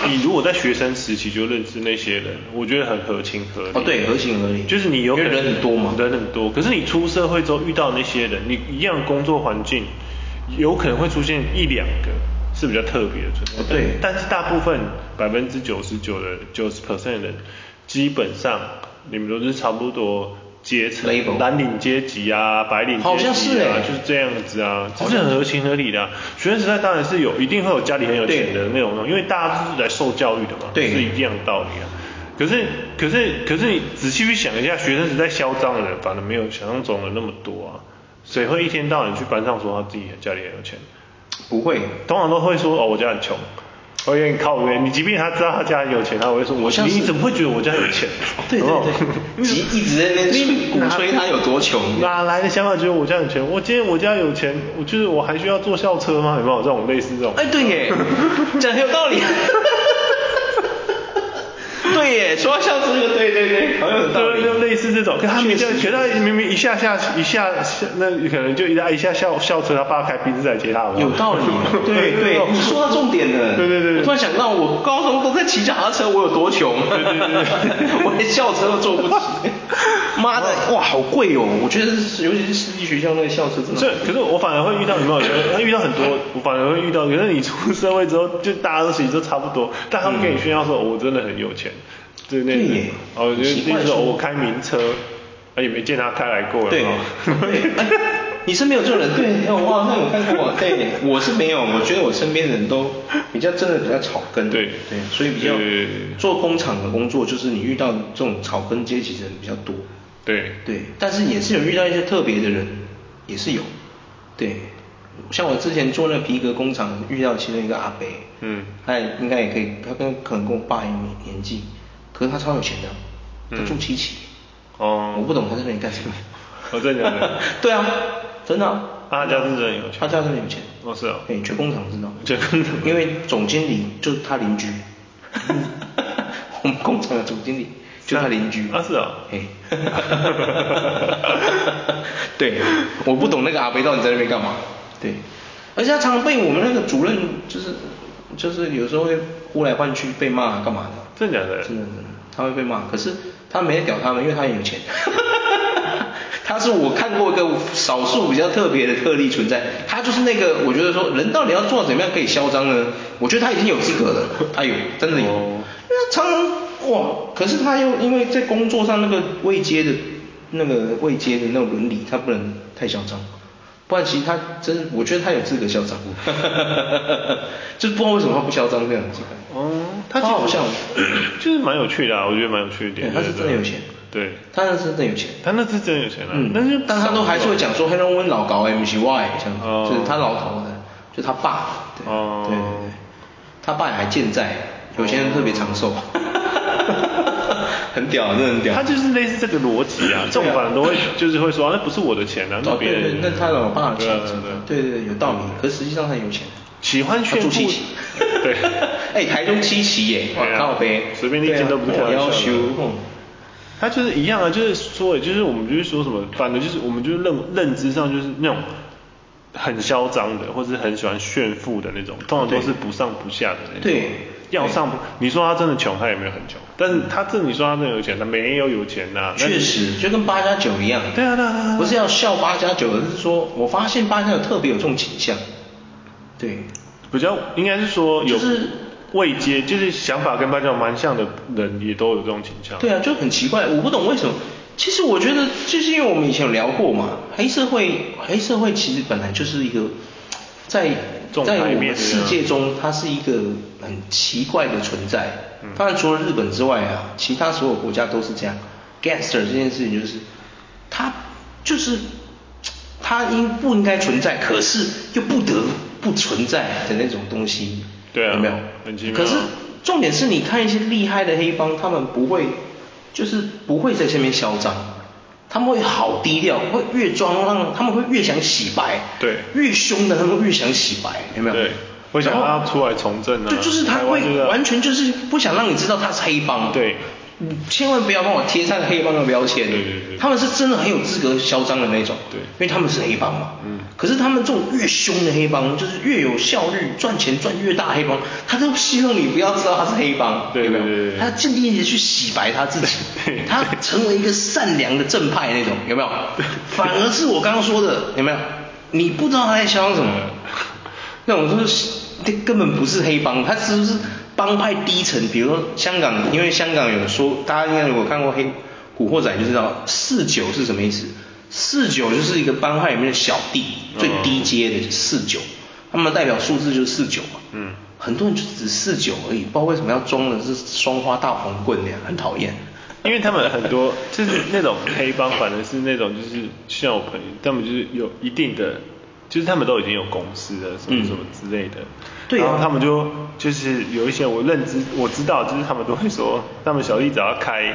Speaker 1: 你如果在学生时期就认识那些人，我觉得很合情合理。
Speaker 2: 哦，对，合情合理。
Speaker 1: 就是你有
Speaker 2: 因
Speaker 1: 可
Speaker 2: 为
Speaker 1: 能
Speaker 2: 人很多嘛。
Speaker 1: 人很多。可是你出社会之后遇到那些人，你一样工作环境，有可能会出现一两个是比较特别的存在。
Speaker 2: 哦对
Speaker 1: 但是大部分百分之九十九的九十 percent 的人，基本上你们都是差不多阶层
Speaker 2: Label，
Speaker 1: 蓝领阶级啊，白领阶级啊，
Speaker 2: 好像是欸
Speaker 1: 就是这样子啊，这
Speaker 2: 好像
Speaker 1: 是很合情合理的、啊。学生时代当然是有，一定会有家里很有钱的
Speaker 2: 对
Speaker 1: 那种，因为大家都是来受教育的嘛，
Speaker 2: 对
Speaker 1: 是一样的道理啊。可是可是可是你仔细去想一下，学生时代嚣张的人反而没有想象中的那么多啊。谁会一天到晚去班上说他自己家里很有钱？
Speaker 2: 不会，
Speaker 1: 通常都会说哦，我家很穷。我哦有点靠边，你即便他知道他家很有钱，他会说：“我
Speaker 2: 像
Speaker 1: 你
Speaker 2: 是
Speaker 1: 你怎么会觉得我家有 钱？”
Speaker 2: 对
Speaker 1: 有
Speaker 2: 对
Speaker 1: 没有
Speaker 2: 对急一直在那边
Speaker 1: 你
Speaker 2: 鼓
Speaker 1: 哪
Speaker 2: 吹他有多穷
Speaker 1: 哪来的想法觉得我家有钱？我今天我家有钱，我就是我还需要坐校车吗？有没有这种类似这种？
Speaker 2: 哎，对 耶，讲得很有道理。对耶，说到校车这个，对对对，好像有道
Speaker 1: 对，
Speaker 2: 理。
Speaker 1: 就类似这种，可他明明可他明明一下下一下下，那可能就一下一下校校车，他爸开宾士来接他，好不好
Speaker 2: 有 道理，对对，你说到重点了。
Speaker 1: 对对对
Speaker 2: 我突然想到，我高中都在骑脚踏车，我有多穷？
Speaker 1: 对对对对
Speaker 2: 我连校车都坐不起。 妈的，哇，好贵哦！我觉得是，尤其是私立学校那个校车真的。
Speaker 1: 所以，可是我反而会遇到有没有？他遇到很多，我反而会遇到。可是你出社会之后，就大家都其实都差不多，但他们跟你炫耀说、哦我真的很有钱，对那
Speaker 2: 嗯对
Speaker 1: 种
Speaker 2: 耶
Speaker 1: 哦，就
Speaker 2: 奇
Speaker 1: 是
Speaker 2: 怪
Speaker 1: 那种
Speaker 2: 说
Speaker 1: 我开名车，啊也没见他开来过了。
Speaker 2: 对，
Speaker 1: 哦
Speaker 2: 对，哎你身边有这种人？对，我好像有看过。对，我是没有，我觉得我身边的人都比较真的比较草根。
Speaker 1: 对
Speaker 2: 对，所以比较
Speaker 1: 对对对对
Speaker 2: 做工厂的工作，就是你遇到这种草根阶级的人比较多。
Speaker 1: 对
Speaker 2: 对，但是也是有遇到一些特别的人，也是有。对，像我之前做那皮革工厂遇到其中一个阿伯，
Speaker 1: 嗯
Speaker 2: 他也应该也可以，他跟可能跟我爸一样年纪，可是他超有钱的，他住七期。
Speaker 1: 哦
Speaker 2: 我不懂他在那里干什么。
Speaker 1: 哦真的假的
Speaker 2: 对啊，真的啊、
Speaker 1: 啊他家是真的有钱
Speaker 2: 他家真的有钱。
Speaker 1: 哦是哦
Speaker 2: 对，全工厂知道。
Speaker 1: 全工厂
Speaker 2: 因为总经理就是他邻 居。我们工厂的总经理就是他邻居。
Speaker 1: 啊是哦
Speaker 2: 嘿。 对，我不懂那个阿伯到底在那边干嘛。对，而且他常常被我们那个主任就是就是有时候会呼来唤去被骂干嘛的。
Speaker 1: 真的假的
Speaker 2: 真的真的，他会被骂，可是他没屌他们，因为他很有钱。 他是我看过一个少数比较特别的特例存在，他就是那个我觉得说人到底要做到怎么样可以嚣张呢？我觉得他已经有资格了，他有真的有，
Speaker 1: 哦
Speaker 2: 那常常哇，可是他又因为在工作上那个未接的那个未接的那种伦理，他不能太嚣张。不然其实他真是，我觉得他有资格嚣张， 就是不知道为什么他不嚣张这样子。
Speaker 1: 哦，他
Speaker 2: 好像
Speaker 1: 就是蛮有趣的啊，我觉得蛮有趣的点。
Speaker 2: 对他是真的有钱
Speaker 1: 对，
Speaker 2: 他那是真的有钱。
Speaker 1: 他那是真的有钱啊，
Speaker 2: 嗯，
Speaker 1: 但是
Speaker 2: 但他都还是会讲说黑龙江老高 M C Y 这样，
Speaker 1: 哦
Speaker 2: 就是他老头的，就是他爸，对，
Speaker 1: 哦
Speaker 2: 对对对，他爸也还健在，有些人特别长 寿，很屌，真的很屌。
Speaker 1: 他就是类似这个逻辑啊，这种反正都会就是会说、啊那不是我的钱啊，那
Speaker 2: 哦，
Speaker 1: 别
Speaker 2: 对
Speaker 1: 人、
Speaker 2: 对，那他老爸的
Speaker 1: 对
Speaker 2: 钱
Speaker 1: 啊，对啊
Speaker 2: 对对对，有道理。可实际上他有钱，
Speaker 1: 喜欢
Speaker 2: 他
Speaker 1: 炫
Speaker 2: 住
Speaker 1: 富
Speaker 2: 七期，
Speaker 1: 对
Speaker 2: 哎，台中七期耶，哇
Speaker 1: 对啊
Speaker 2: 靠呗，
Speaker 1: 随便一间都不是开玩笑的
Speaker 2: 要求，嗯
Speaker 1: 他就是一样啊，就是说，就是我们就是说什么，反正就是我们就是认认知上就是那种很嚣张的，或是很喜欢炫富的那种，通常都是不上不下的那种。
Speaker 2: 对
Speaker 1: 要上不，你说他真的穷，他也没有很穷，但是他这你说他真的有钱，他没有有钱呐、那
Speaker 2: 确实就跟八加九一样。
Speaker 1: 对啊对啊对啊对啊
Speaker 2: 不是要笑八加九，而是说我发现八加九特别有这种倾向。对，
Speaker 1: 比较应该是说有
Speaker 2: 就是
Speaker 1: 未接，就是想法跟八角蛮像的人也都有这种倾向。
Speaker 2: 对啊，就很奇怪，我不懂为什么。其实我觉得，就是因为我们以前有聊过嘛，黑社会，黑社会其实本来就是一个在
Speaker 1: 重
Speaker 2: 在
Speaker 1: 牌
Speaker 2: 我
Speaker 1: 面啊
Speaker 2: 们
Speaker 1: 的
Speaker 2: 世界中，它是一个很奇怪的存在。
Speaker 1: 嗯
Speaker 2: 当然，除了日本之外啊，其他所有国家都是这样。gangster 这件事情就是，它就是它应不应该存在，可是又不得不存在的那种东西。
Speaker 1: 对啊
Speaker 2: 有没有？
Speaker 1: 很奇妙
Speaker 2: 可是重点是你看一些厉害的黑帮，他们不会，就是不会在下面嚣张，他们会好低调，会越装让他们会越想洗白，
Speaker 1: 对
Speaker 2: 越凶的他们会越想洗白，有没有？
Speaker 1: 对会想
Speaker 2: 然后
Speaker 1: 让他出来从政啊
Speaker 2: 对，就是他
Speaker 1: 台湾
Speaker 2: 会
Speaker 1: 就是啊
Speaker 2: 完全就是不想让你知道他是黑帮，
Speaker 1: 对
Speaker 2: 你千万不要帮我贴上黑帮的标签，
Speaker 1: 对对对
Speaker 2: 他们是真的很有资格嚣张的那种，
Speaker 1: 对
Speaker 2: 因为他们是黑帮嘛，
Speaker 1: 嗯
Speaker 2: 可是他们这种越凶的黑帮，就是越有效率、赚钱赚越大的黑帮，他都希望你不要知道他是黑帮，
Speaker 1: 对
Speaker 2: 有没有
Speaker 1: 对对对
Speaker 2: 他尽力的去洗白他自己
Speaker 1: 对，
Speaker 2: 他成为一个善良的正派那种，有没有？反而是我刚刚说的，有没有？你不知道他在嚣张什么，那种就是这根本不是黑帮，他是不是帮派低层？比如说香港，因为香港有说，大家应该如果看过《黑古惑仔》就知道，四九是什么意思？四九就是一个帮派里面的小弟，最低阶的四九，他们代表数字就是四九嘛。
Speaker 1: 嗯
Speaker 2: 很多人就只四九而已，不知道为什么要装的是双花大红棍那样，很讨 厌。
Speaker 1: 因为他们很多就是那种黑帮，反而是那种就是像我朋友，他们就是有一定的，就是他们都已经有公司了，什么
Speaker 2: 嗯
Speaker 1: 什么之类的。
Speaker 2: 对啊
Speaker 1: 然后他们就就是有一些我认知我知道，就是他们都会说，他们小弟只要开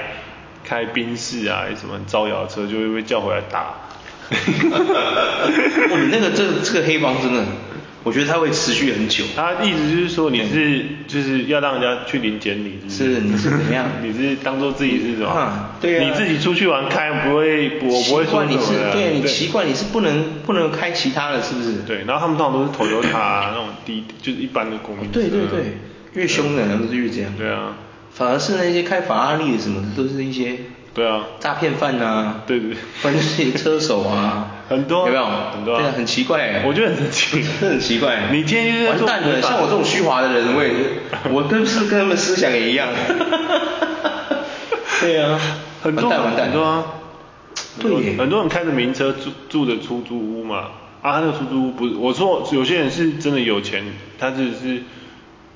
Speaker 1: 开宾士啊，什么招摇车，就会被叫回来打。
Speaker 2: 我们那个这这个黑帮真的，我觉得他会持续很久。
Speaker 1: 他意思就是说你是就是要让人家去理解你，
Speaker 2: 是你是怎么样
Speaker 1: 你是当做自己是什么？
Speaker 2: 啊对啊
Speaker 1: 你自己出去玩开不会，我不会
Speaker 2: 习
Speaker 1: 说
Speaker 2: 惯
Speaker 1: 什
Speaker 2: 你是
Speaker 1: 么的。
Speaker 2: 对，你习惯你是不能不能开其他的，是不是？
Speaker 1: 对，然后他们通常都是 Toyota 啊那种低，就是一般的国民车。
Speaker 2: 哦对对对，越凶的人都是越这样。
Speaker 1: 对啊，
Speaker 2: 反而是那些开法拉利什么的，都是一些
Speaker 1: 对啊，
Speaker 2: 诈骗犯啊，
Speaker 1: 对对对
Speaker 2: 不然就是一些车手啊，
Speaker 1: 很多啊
Speaker 2: 有没有？
Speaker 1: 很多啊
Speaker 2: 对啊，很奇怪欸、。
Speaker 1: 我觉得很神奇
Speaker 2: 这很奇怪欸、
Speaker 1: 你今天就是在
Speaker 2: 完
Speaker 1: 做
Speaker 2: 蛋了，
Speaker 1: 违法
Speaker 2: 像我这种虚华的人，我也是，我跟是跟他们思想 也一样。对啊，
Speaker 1: 很多
Speaker 2: 完蛋完蛋
Speaker 1: 很多啊，
Speaker 2: 对耶
Speaker 1: 很多人开着名车住住的出租屋嘛，啊，他那个出租屋不是，我说有些人是真的有钱，他只是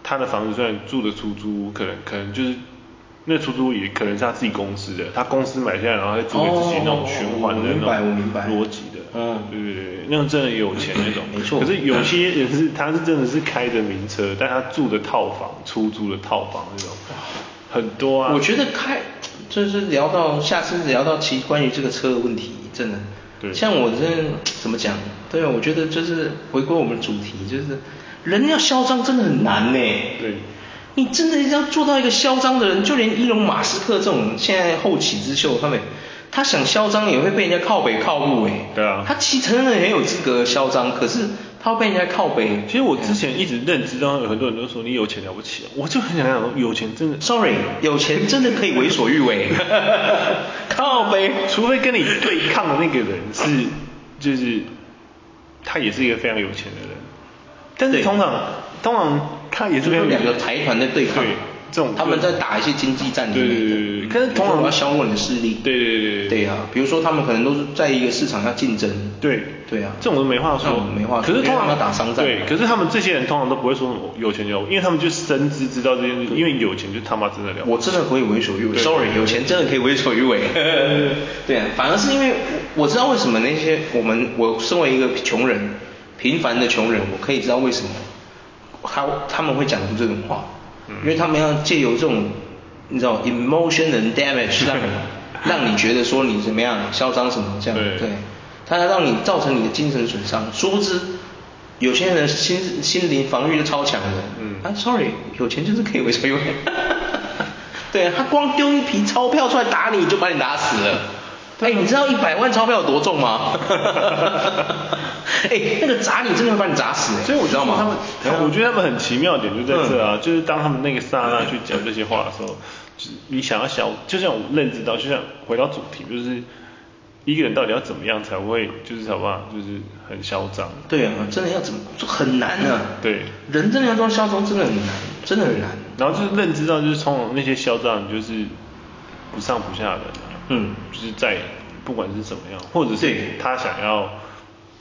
Speaker 1: 他的房子虽然住的出租屋，可能可能就是那出租屋也可能是他自己公司的，他公司买下来然后再租给自己那种循环的那
Speaker 2: 哦我明白我明白
Speaker 1: 种逻辑的，
Speaker 2: 嗯
Speaker 1: 对对对，那种真的有钱那种，
Speaker 2: 没错
Speaker 1: 可是有些人是他是真的是开着名车，但他住的套房，出租的套房那种，很多啊，
Speaker 2: 我觉得开就是聊到下次聊到其关于这个车的问题，真的。
Speaker 1: 对
Speaker 2: 像我这怎么讲？对啊，我觉得就是回归我们主题，就是人要嚣张真的很难呢。
Speaker 1: 对。
Speaker 2: 你真的要做到一个嚣张的人，就连伊隆马斯克这种现在后起之秀，他们他想嚣张也会被人家靠北靠路哎。
Speaker 1: 对啊
Speaker 2: 他其实承认很有资格嚣张，可是他会被人家靠北。
Speaker 1: 其实我之前一直认知到有很多人都说你有钱了不起，我就很想讲说有钱真的，
Speaker 2: Sorry，有钱真的可以为所欲 为，靠背。
Speaker 1: 除非跟你对抗的那个人是就是他也是一个非常有钱的人，但是
Speaker 2: 对
Speaker 1: 通常通常他也是
Speaker 2: 就
Speaker 1: 非常
Speaker 2: 是
Speaker 1: 有钱
Speaker 2: 两个财团在对抗，
Speaker 1: 对这种
Speaker 2: 他们在打一些经济战之类的。
Speaker 1: 对对对对对可是
Speaker 2: 比
Speaker 1: 通
Speaker 2: 如说
Speaker 1: 常
Speaker 2: 我要削弱你的势力。
Speaker 1: 对对对对
Speaker 2: 对啊，比如说他们可能都是在一个市场要竞争。
Speaker 1: 对
Speaker 2: 对啊，
Speaker 1: 这种人没话说
Speaker 2: 那我们没话说
Speaker 1: 可是通
Speaker 2: 因为他
Speaker 1: 常
Speaker 2: 们要打商战
Speaker 1: 对，可是他们这些人通常都不会说什么有钱有，因为他们就深知知道这件事，因为有钱就他妈真的了不起。
Speaker 2: 我真的可以为所欲为
Speaker 1: 对
Speaker 2: ，sorry，有钱真的可以为所欲 为。对啊，反而是因为我我知道为什么那些我们我身为一个穷人，平凡的穷人，我可以知道为什么他他们会讲出这种话，
Speaker 1: 嗯
Speaker 2: 因为他们要借由这种你知道 emotional damage 让你让你觉得说你怎么样嚣张什么这样，
Speaker 1: 对
Speaker 2: 对，他要让你造成你的精神损伤，殊不知。有些人心心灵防御就超强的，
Speaker 1: 嗯
Speaker 2: 啊，sorry，有钱就是可以为所欲为。 对啊，他光丢一皮钞票出来打你，就把你打死 了。哎、你知道一百万钞票有多重吗？哎、那个砸你真的会把你砸死、哎
Speaker 1: 所以我
Speaker 2: 你知
Speaker 1: 就
Speaker 2: 道
Speaker 1: 说
Speaker 2: 吗？
Speaker 1: 他们，哎我觉
Speaker 2: 得
Speaker 1: 得他们很奇妙的点就在这
Speaker 2: 嗯
Speaker 1: 啊，就是当他们那个刹那去讲这些话的时候，就是你想要想，就像我认知到，就像回到主题，就是一个人到底要怎么样才会，就是好不好，就是很嚣张。
Speaker 2: 对啊，真的要怎么就很难啊。
Speaker 1: 对
Speaker 2: 人真的要装嚣张，真的很难，真的很难。
Speaker 1: 然后就是认知到，就是从我那些嚣张人就是不上不下的人啊、
Speaker 2: 嗯
Speaker 1: 就是在不管是怎么样，或者是
Speaker 2: 对
Speaker 1: 他想要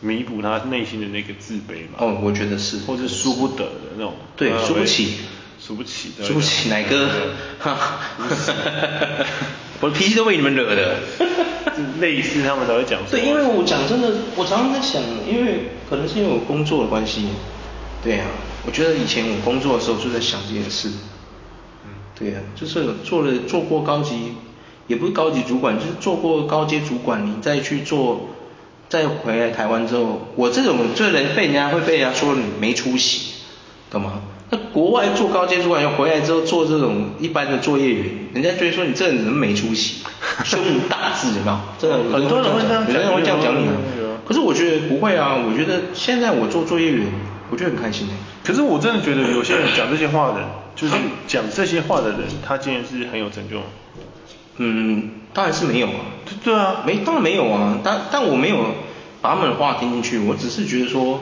Speaker 1: 弥补他内心的那个自卑吧，
Speaker 2: 哦，我觉得是，
Speaker 1: 或者呃输不得的那种，
Speaker 2: 对
Speaker 1: 那种
Speaker 2: 输不起
Speaker 1: 输不起，
Speaker 2: 输不起奶哥， 哈，我的脾气都被你们惹的。
Speaker 1: 类似他们才会讲说。
Speaker 2: 对，因为我讲真的，我常常在想，因为可能是因为我工作的关系，对啊，我觉得以前我工作的时候就在想这件事，对啊，就是做了做过高级，也不是高级主管，就是做过高阶主管，你再去做，再回来台湾之后，我这种这人被人家会被人家说你没出息，懂吗？那国外做高阶主管，又回来之后做这种一般的作业员，人家就会说你这人怎么没出息，胸无大志，有没有？真的，
Speaker 1: 很多人会这样讲
Speaker 2: 有人会这样讲你啊
Speaker 1: 有啊。
Speaker 2: 可是我觉得不会啊，我觉得现在我做作业员，我觉得很开心的、
Speaker 1: 可是我真的觉得有些人讲这些话的人，就是讲这些话的人，他竟然是很有成就。
Speaker 2: 嗯，当然是没有啊。
Speaker 1: 对对啊，
Speaker 2: 没，当然没有啊，但但我没有把他们的话听进去，我只是觉得说，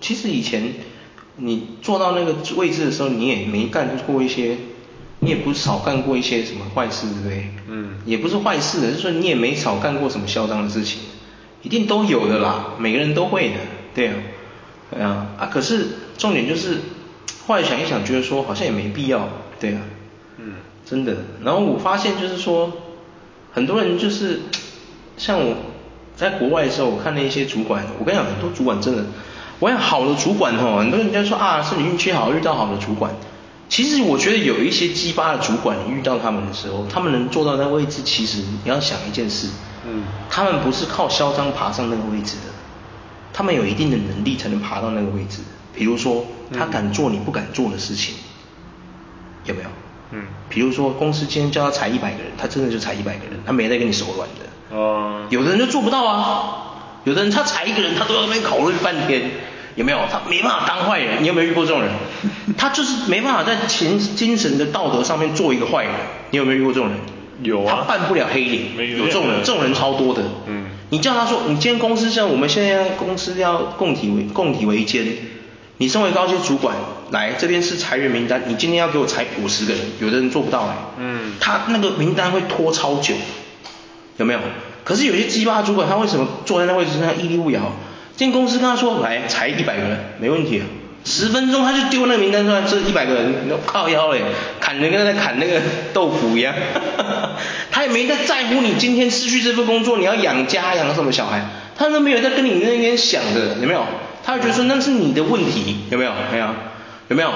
Speaker 2: 其实以前你做到那个位置的时候，你也没干过一些，你也不是少干过一些什么坏事，对不对？
Speaker 1: 嗯
Speaker 2: 也不是坏事，就是说你也没少干过什么嚣张的事情，一定都有的啦，每个人都会的，对啊，对啊，啊，可是重点就是后来想一想，觉得说好像也没必要，对啊，
Speaker 1: 嗯，
Speaker 2: 真的。然后我发现就是说，很多人就是像我在国外的时候，我看那些主管，我跟你讲，很多主管真的，我想好的主管哦，很多人家说啊，是你运气好遇到好的主管。其实我觉得有一些鸡巴的主管，你遇到他们的时候，他们能做到那位置，其实你要想一件事，
Speaker 1: 嗯
Speaker 2: 他们不是靠嚣张爬上那个位置的，他们有一定的能力才能爬到那个位置。比如说，他
Speaker 1: 嗯
Speaker 2: 敢做你不敢做的事情，有没有？
Speaker 1: 嗯
Speaker 2: 比如说，公司今天叫他裁一百个人，他真的就裁一百个人，他没在跟你手软的。
Speaker 1: 哦
Speaker 2: 有的人就做不到啊，有的人他裁一个人，他都要那边考虑半天，有没有？他没办法当坏人，你有没有遇过 这种人？他就是没办法在情精神的道德上面做一个坏人，你有没有遇过这种人？
Speaker 1: 有啊
Speaker 2: 他扮不了黑脸，
Speaker 1: 没有
Speaker 2: 有这种人，
Speaker 1: 有
Speaker 2: 这种人超多的。
Speaker 1: 嗯
Speaker 2: 你叫他说，你今天公司像我们现在公司要共体为共体为艰，你身为高级主管来这边是裁员名单，你今天要给我裁五十个人，有的人做不到哎、
Speaker 1: 嗯
Speaker 2: 他那个名单会拖超久，有没有？可是有些鸡巴主管他为什么坐在那位置上屹立不摇？今天公司跟他说来裁一百个人，没问题啊。十分钟他就丢那个名单出来，这一百个人，那靠腰嘞，砍人跟在砍那个豆腐一样， 他也没在在乎你今天失去这份工作，你要养家养什么小孩，他都没有在跟你那边想的，有没有？他就觉得说那是你的问题，有没有？有没有？有没有？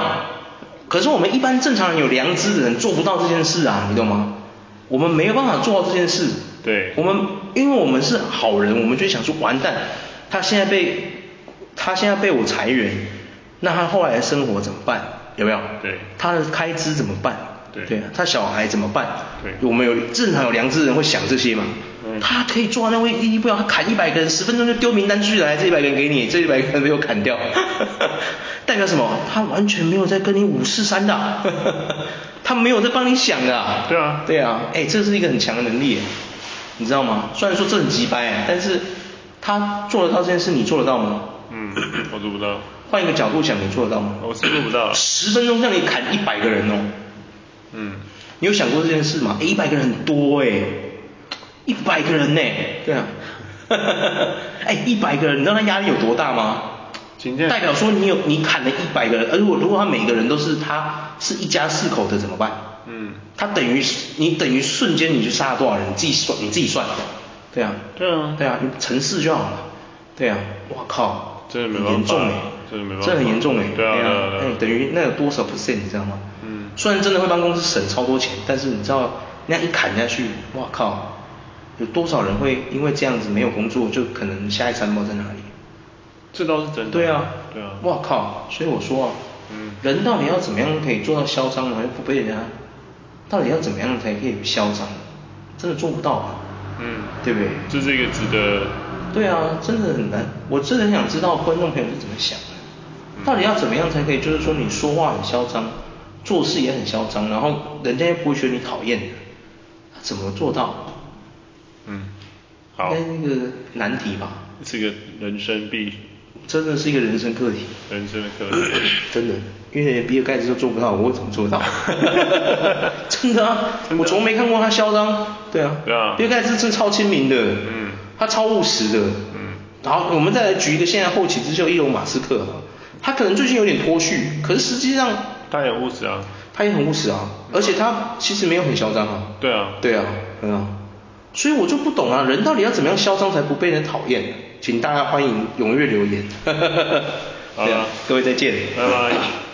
Speaker 2: 可是我们一般正常人有良知的人做不到这件事啊，你懂吗？我们没有办法做到这件事。
Speaker 1: 对
Speaker 2: 我们因为我们是好人，我们就想说完蛋，他现在被他现在被我裁员，那他后来的生活怎么办？有没有？
Speaker 1: 对
Speaker 2: 他的开支怎么办？
Speaker 1: 对
Speaker 2: 对啊，他小孩怎么办？
Speaker 1: 对
Speaker 2: 我们有正常有良知的人会想这些嘛？
Speaker 1: 嗯
Speaker 2: 他可以坐在那位屹立不摇，他砍一百个人，十分钟就丢名单出去来，这一百个人给你，这一百个人被我砍掉， 代表什么？他完全没有在跟你五四三 的啊、他没有在帮你想的、啊。
Speaker 1: 对啊
Speaker 2: 对啊，哎、这是一个很强的能力耶，你知道吗？虽然说这很鸡掰啊，但是他做得到这件事，你做得到吗？
Speaker 1: 嗯，我做不到，
Speaker 2: 换一个角度想，你做得到吗？
Speaker 1: 我是做不到，
Speaker 2: 十分钟让你砍一百个人哦。
Speaker 1: 嗯
Speaker 2: 你有想过这件事吗？一百个人很多哎、一百个人呢、对啊， 哎、一百个人，你知道他压力有多大吗？
Speaker 1: 真的
Speaker 2: 代表说你有你砍了一百个人，而如果如果他每个人都是他是一家四口的怎么办？
Speaker 1: 嗯，
Speaker 2: 他等于你等于瞬间你就杀了多少人？你自己算你自己算，对啊，
Speaker 1: 对啊
Speaker 2: 对啊，你城市就好了，对啊，我靠，
Speaker 1: 真的没
Speaker 2: 很
Speaker 1: 办法
Speaker 2: 严重哎、
Speaker 1: 真的没办法
Speaker 2: 这很严重哎、
Speaker 1: 对啊对啊对啊
Speaker 2: 哎等于那有多少 percent 你知道吗？
Speaker 1: 嗯
Speaker 2: 虽然真的会帮公司省超多钱，但是你知道那样一砍下去，哇靠，有多少人会因为这样子没有工作，就可能下一餐不知道在哪里？
Speaker 1: 这倒是真的，
Speaker 2: 对啊，
Speaker 1: 对啊，
Speaker 2: 哇靠！所以我说啊，
Speaker 1: 嗯
Speaker 2: 人到底要怎么样可以做到嚣张呢？又不被人家，到底要怎么样才可以嚣张？真的做不到啊，
Speaker 1: 嗯，
Speaker 2: 对不对？
Speaker 1: 这是一个值得，
Speaker 2: 对啊，真的很难。我真的很想知道观众朋友是怎么想
Speaker 1: 嗯
Speaker 2: 的，到底要怎么样才可以？就是说你说话很嚣张，做事也很嚣张，然后人家又不会觉得你讨厌，他怎么做到？
Speaker 1: 嗯，好
Speaker 2: 应，该那个难题吧，
Speaker 1: 是个人生必
Speaker 2: 真的是一个人生课题。
Speaker 1: 人生的课题，
Speaker 2: 真的，因为连比尔盖茨都做不到，我怎么 做得到？真的啊，
Speaker 1: 真的啊
Speaker 2: 我从没看过他嚣张。对啊，
Speaker 1: 对啊
Speaker 2: 比尔盖茨真超亲民的，
Speaker 1: 嗯
Speaker 2: 他超务实的，
Speaker 1: 嗯
Speaker 2: 然后我们再来举一个现在后起之秀伊隆马斯克啊，他可能最近有点脱序，可是实际上
Speaker 1: 大家务实啊，
Speaker 2: 他也很务实啊，而且他其实没有很嚣张啊。
Speaker 1: 嗯对啊，
Speaker 2: 对啊，对啊，所以我就不懂啊，人到底要怎么样嚣张才不被人讨厌？请大家欢迎踊跃留言。
Speaker 1: 好
Speaker 2: 对啊
Speaker 1: 了
Speaker 2: 各位再见。
Speaker 1: 拜拜。